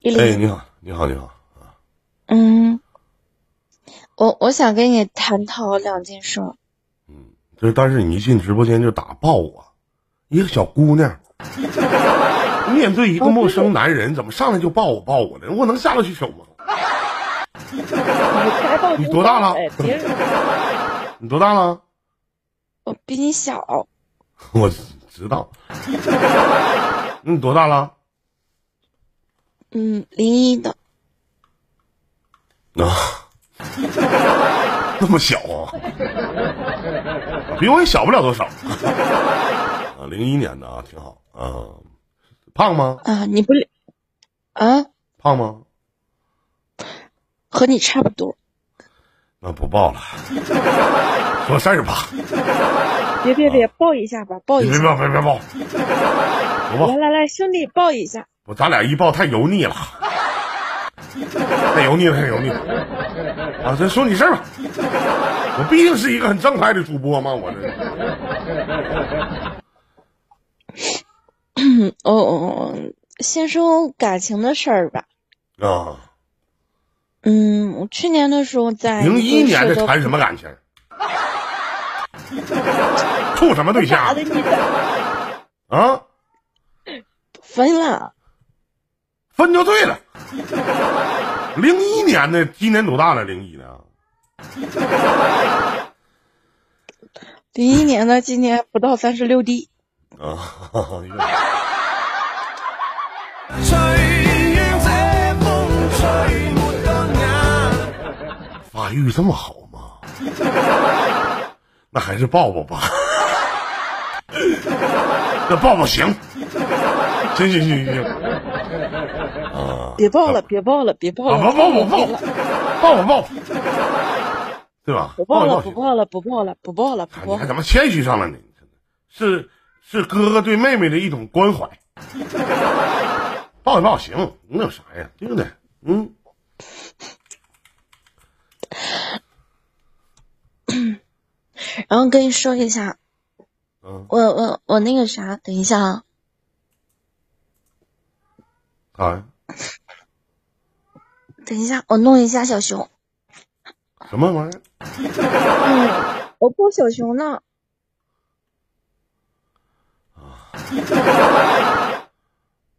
一哎，林，你好，你好，你好。嗯，我我想跟你探讨两件事儿。嗯，就是但是你一进直播间就打爆我，一个小姑娘， 面对一个陌生男人，怎么上来就抱我抱我呢？我能下得去手吗？你多大了哎，别人你多大了？ 我比你小，我知道。 你多大了？嗯，零一的，啊， 那么小啊？比我也小不了多少。 啊，零一年的啊，挺好啊。胖吗？啊，你不了，啊，胖吗？和你差不多。那不报了， 说事儿吧，别别别，抱一下吧，抱别一别下，别别别报，不来报，来来，兄弟抱一下，我咱俩一报太油腻了，太油腻了，太油腻了。啊，咱说你事儿吧，我毕竟是一个很正派的主播嘛，我这嗯，哦哦，哦先说感情的事儿吧。啊，嗯，我去年的时候哎在零一年社的交谈什么感情？ 处什么对咋象的你咋啊？分了，分就对了。零一年的，今年多大了？零一的，啊零一年的，今年不到三十六 D。啊，哈哈哎呀吹向这风，吹没当眼。发育这么好吗？那还是抱抱吧。那抱抱行，行行行行行，啊，别抱了，别抱了，别抱啊，了，抱抱我抱别了，抱我抱，对吧？不抱了，抱不一抱了，不抱了，不抱了，啊不你抱还了。怎么谦虚上了呢？是是哥哥对妹妹的一种关怀，抱一抱行，那有啥呀？对不对？嗯，然后跟你说一下，嗯，我我我那个啥，等一下啊，啥呀？等一下，我弄一下小熊。什么玩意儿？嗯，我抱小熊呢。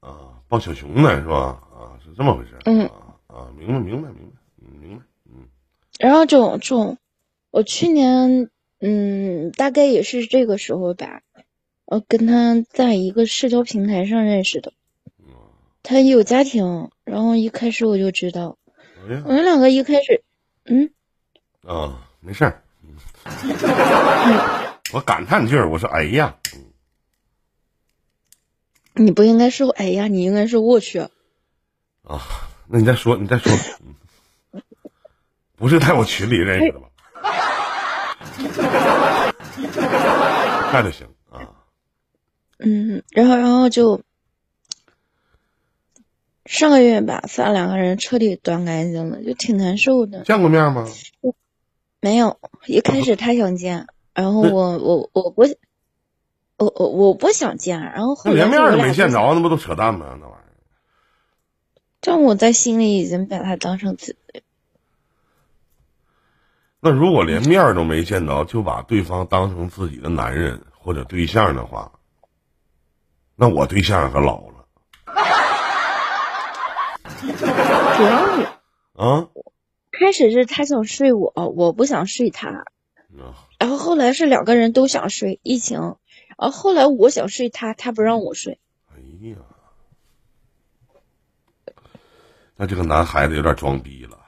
啊，抱小熊呢是吧？啊，是这么回事。嗯啊啊，明白明白明白，嗯明白。嗯然后这种这种，我去年嗯，大概也是这个时候吧，我跟他在一个社交平台上认识的。他有家庭，然后一开始我就知道，我哎们两个一开始，嗯，呀啊，没事儿。 嗯我感叹句儿，我说哎呀，你不应该说哎呀，你应该说我去，啊，那你再说，你再说，嗯不是在我群里认识的吧？那就行啊。嗯，然后然后就上个月吧，咱两个人彻底断干净了，就挺难受的。见过面吗？没有，一开哦始他想见，然后我我我不，我我我不想见，然后那后来连面就我都俩没不见想，着，那不都扯淡吗？那玩意儿但我在心里已经把他当成自，那如果连面儿都没见着，就把对方当成自己的男人或者对象的话，那我对象可老了主要是啊！开始是他想睡我，我不想睡他，啊然后后来是两个人都想睡，疫情，然后后来我想睡他，他不让我睡，哎呀，那这个男孩子有点装逼了。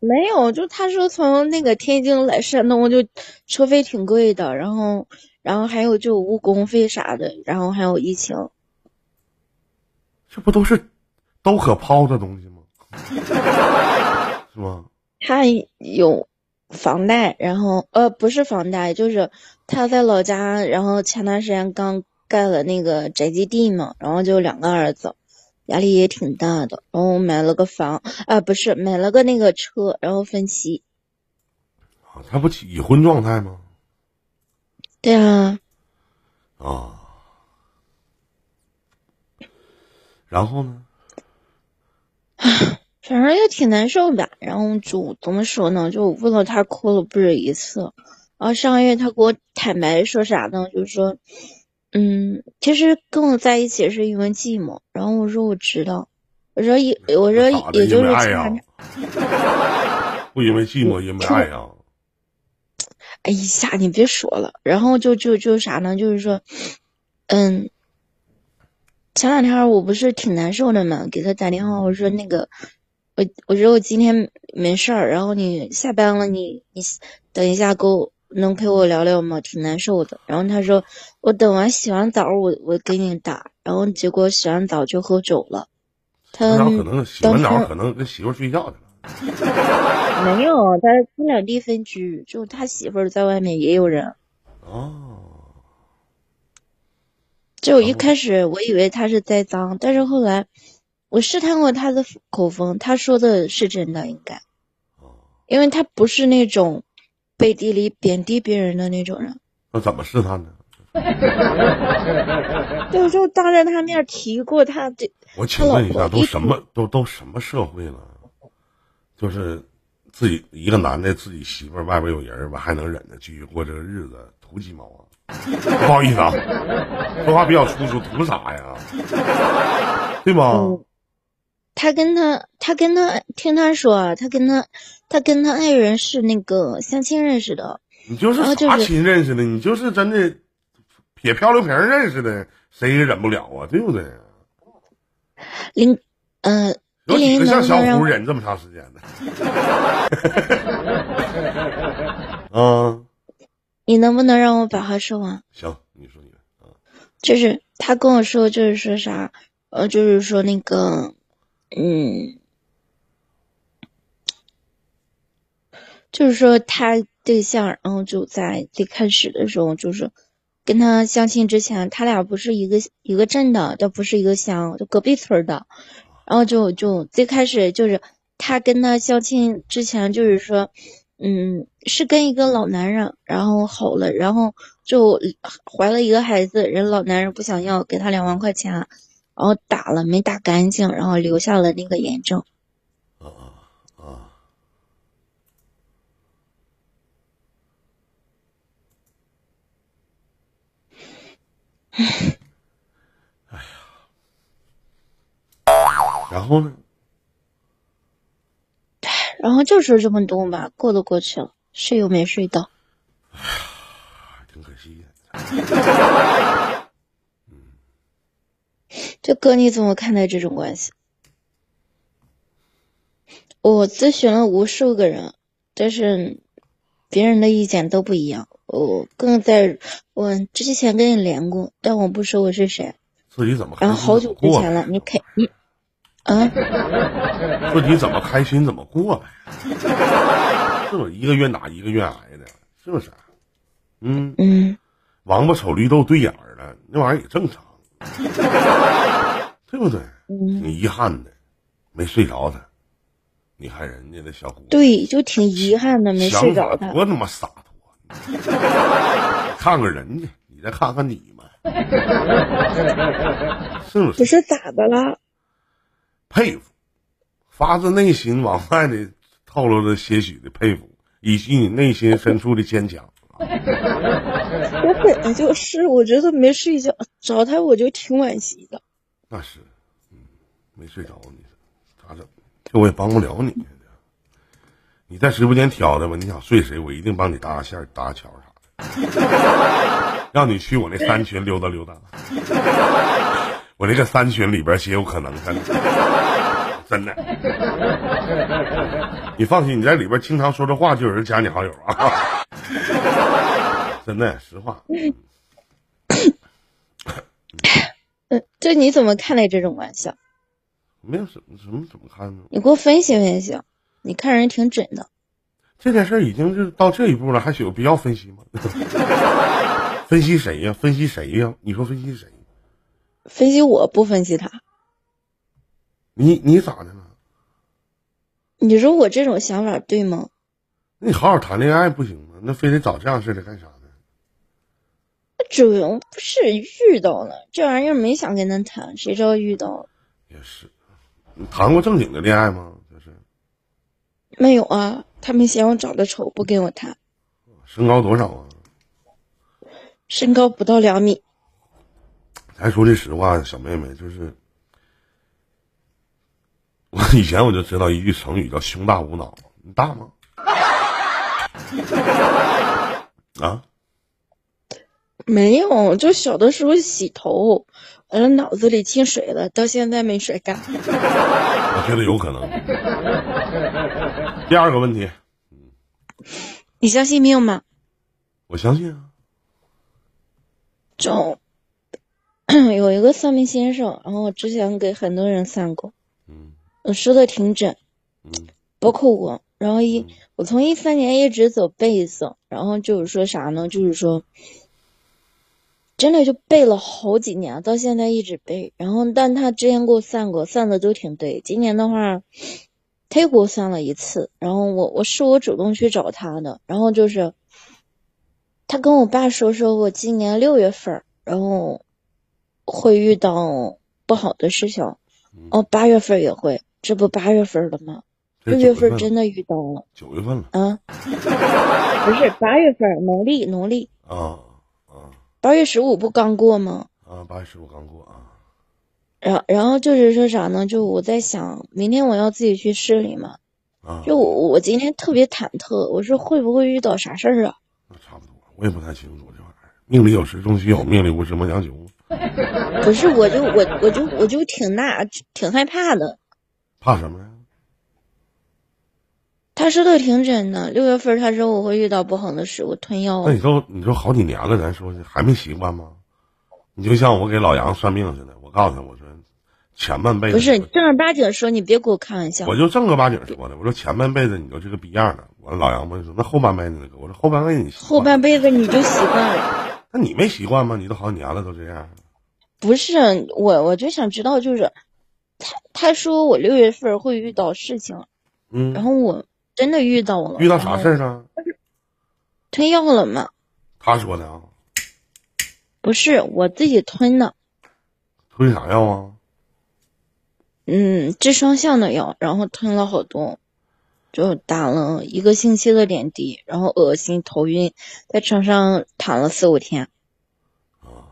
没有，就他说从那个天津来山东就车费挺贵的，然后然后还有就误工费啥的，然后还有疫情。这不都是都可抛的东西吗？ 是吗？他有房贷，然后呃不是房贷，就是他在老家，然后前段时间刚盖了那个宅基地嘛，然后就两个儿子，压力也挺大的。然后买了个房，啊、不是买了个那个车，然后分期。啊，他不起已婚状态吗？对啊，啊，然后呢？反正也挺难受吧。然后就怎么说呢，就问了他哭了不止一次。然后上个月他给我坦白说啥呢？就是说，嗯，其实跟我在一起是因为寂寞。然后我说我知道，我说也我说咋的也就因为是爱前呀两天，不因为寂寞，因为爱 啊呀。哎呀，你别说了。然后就就就啥呢？就是说，嗯，前两天我不是挺难受的嘛，给他打电话，我说那个，我我说我今天没事儿，然后你下班了，你你等一下给我能陪我聊聊吗？挺难受的。然后他说我等完洗完澡我我给你打。然后结果洗完澡就喝酒了，他嗯那家伙可能洗当完澡天可能跟媳妇儿睡觉去了。没有，他分两地分居，就他媳妇儿在外面也有人。哦，就然一后开始我以为他是栽赃，但是后来我试探过他的口风，他说的是真的，应该，啊因为他不是那种背地里贬低别人的那种人，那怎么试探呢？对，就当着他面提过他这，我请问一他下，老婆都一什么都都什么社会了？就是自己一个男的，自己媳妇儿外边有人儿，完还能忍着继续过这个日子，图鸡毛啊！不好意思啊，说话比较粗俗，图啥呀？对吧？嗯他跟他他跟他听他说啊，他跟他他跟他爱人是那个相亲认识的，你就是然啊后就啥是亲认识的，你就是真的撇漂流瓶儿认识的，谁也忍不了啊，对不对？零呃有几零个像能不小能让胡我忍这么长时间的？ 嗯，你能不能让我把话说完？行，你说你的啊，就是他跟我说，就是说啥，呃，就是说那个，嗯，就是说他对象，然后就在最开始的时候，就是跟他相亲之前，他俩不是一个一个镇的，都不是一个乡，就隔壁村儿的，然后就就最开始就是他跟他相亲之前，就是说，嗯，是跟一个老男人，然后好了，然后就怀了一个孩子，人老男人不想要，给他两万块钱，然后打了没打干净，然后留下了那个炎症。啊哎然后呢？然后就说这么多吧，过都过去了，睡又没睡到。哎挺可惜的。这哥，你怎么看待这种关系？我咨询了无数个人，但是别人的意见都不一样。我更在我之前跟你连过，但我不说我是谁。自己怎么开然心后好怎么久之过前呗了，你肯你啊，自己怎么开心怎么过呗，嗯是不是一个愿打一个愿挨的，是不是？啊嗯，嗯，王八瞅绿豆对眼儿了，那玩意儿也正常，对不对？嗯挺遗憾的，没睡着他。你看人家那小姑娘，对，就挺遗憾的，没想睡法着他。多他妈洒脱！ 你看看人家，你再看看你们， 是不不是？是咋的了？佩服，发自内心往外的透露着些许的佩服，以及你内心深处的坚强。我本来就是，我觉得没睡觉找他，我就挺惋惜的。那是，嗯，没睡着你说咋整？这我也帮不了你。你在直播间挑的吧？你想睡谁，我一定帮你搭个线儿、搭个桥啥的， 让你去我那三群溜达溜达。我那个三群里边极有可能真的，真的。你放心，你在里边经常说这话，就有人加你好友啊。 真的，实话。嗯，这你怎么看待这种啊玩笑？没有什么什么怎么看呢？你给我分析分析，你看人挺准的。这件事儿已经就是到这一步了，还有必要分析吗？ 分析谁呀？分析谁呀？你说分析谁？分析我不分析他，你你咋的了？你说我这种想法对吗？那你好好谈恋爱不行吗？那非得找这样式的干啥呢？主人不是遇到了这玩意儿，没想跟他谈，谁知道遇到了。也是，你谈过正经的恋爱吗？就是没有啊，他们嫌我长得丑，不跟我谈。身高多少啊？身高不到两米，咱说句实话，小妹妹，就是 我以前我就知道一句成语叫“胸大无脑”，你大吗？ 啊，没有，就小的时候洗头，完了脑子里进水了，到现在没甩干。我觉得有可能。第二个问题，你相信命吗？我相信啊，就有一个算命先生，然后我之前给很多人算过，嗯我说的挺准，嗯包括我。然后一我从一三年一直走背诵，然后就是说啥呢？就是说，真的就背了好几年，到现在一直背。然后，但他之前给我算过，算的都挺对。今年的话，他又给我算了一次，然后我我是我主动去找他的，然后就是他跟我爸说说我今年六月份儿，然后会遇到不好的事情，嗯，哦，八月份儿也会，这不八月份儿了吗？这六是月九份份儿了真的遇到了九月份了啊， 不是八月份儿，农历农历啊啊八月十五不刚过吗？啊！八月十五刚过啊，然然后就是说啥呢？就我在想，明天我要自己去市里嘛。啊，就我我今天特别忐忑，我说会不会遇到啥事儿啊？那差不多，我也不太清楚这玩意儿。命里有时终须有，命里无时莫强求。不是，我就我我就我就挺那挺害怕的。怕什么呀？他说的挺准的，六月份儿他说我会遇到不好的事，我吞药那啊你说，你说好几年了，咱说还没习惯吗？你就像我给老杨算命似的，我告诉他，我说前半辈子不是正儿八经说，你别给我开玩笑哎我。就正儿八经说的，我说前半辈子你就这个逼样的。完，老杨问说，那后半辈子呢？我说后半辈子你习惯后半，辈子你就习惯了。那你没习惯吗？你都好几年了，都这样。不是我，我就想知道，就是他他说我六月份会遇到事情，嗯，然后我真的遇到了。遇到啥事儿？儿呢？吞药了嘛？他说的啊，不是我自己吞的，吞啥药啊？嗯，治双向的药，然后吞了好多，就打了一个星期的点滴，然后恶心、头晕，在床上躺了四五天。啊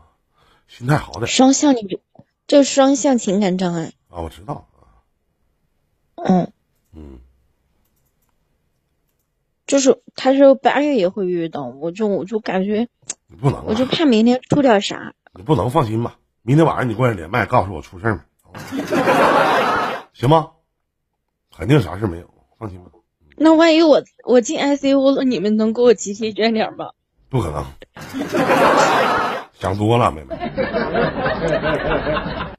心态好点双向你就就双向情感障碍，啊，我知道啊，嗯，嗯，就是他说八月也会遇到，我就我就感觉你不能、啊，我就怕明天出点啥。你不能放心吧？明天晚上你过来连麦，告诉我出事儿没？好吧 行吗？肯定啥事没有，放心吧。那万一我我进 ICU 了，你们能给我集体捐点吗？不可能，想多了，妹妹。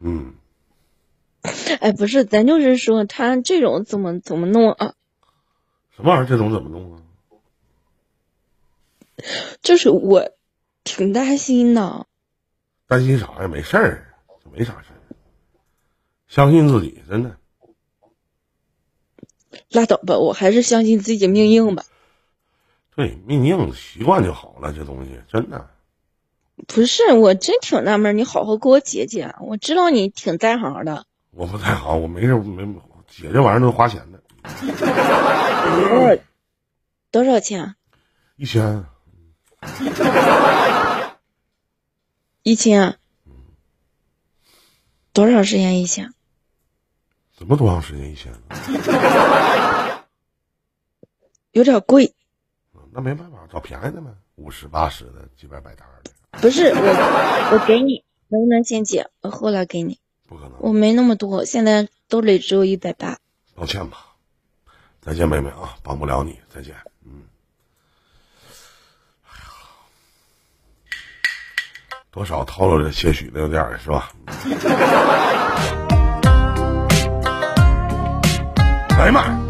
嗯，哎，不是，咱就是说他这种怎么怎么弄啊？什么玩意儿？这种怎么弄啊？就是我挺担心的，担心啥呀？没事儿，这没啥事儿。相信自己，真的。拉倒吧，我还是相信自己命硬吧。对，命硬，习惯就好了。这东西真的，不是，我真挺纳闷，你好好给我解解。我知道你挺在行的，我不太好，我没事，没姐这玩意儿都花钱的，多少钱？啊一千。一千？啊多长时间一千？啊怎么多长时间一千呢？有点贵。那没办法，找便宜的呗，五十、八十的，几百摆摊儿的，不是我，我给你，能不能先结？我后来给你，不可能。我没那么多，现在兜里只有一百八。抱歉吧，再见，妹妹啊，帮不了你，再见。嗯，哎呀，多少透露着些许的有点儿是吧？哎呀妈呀！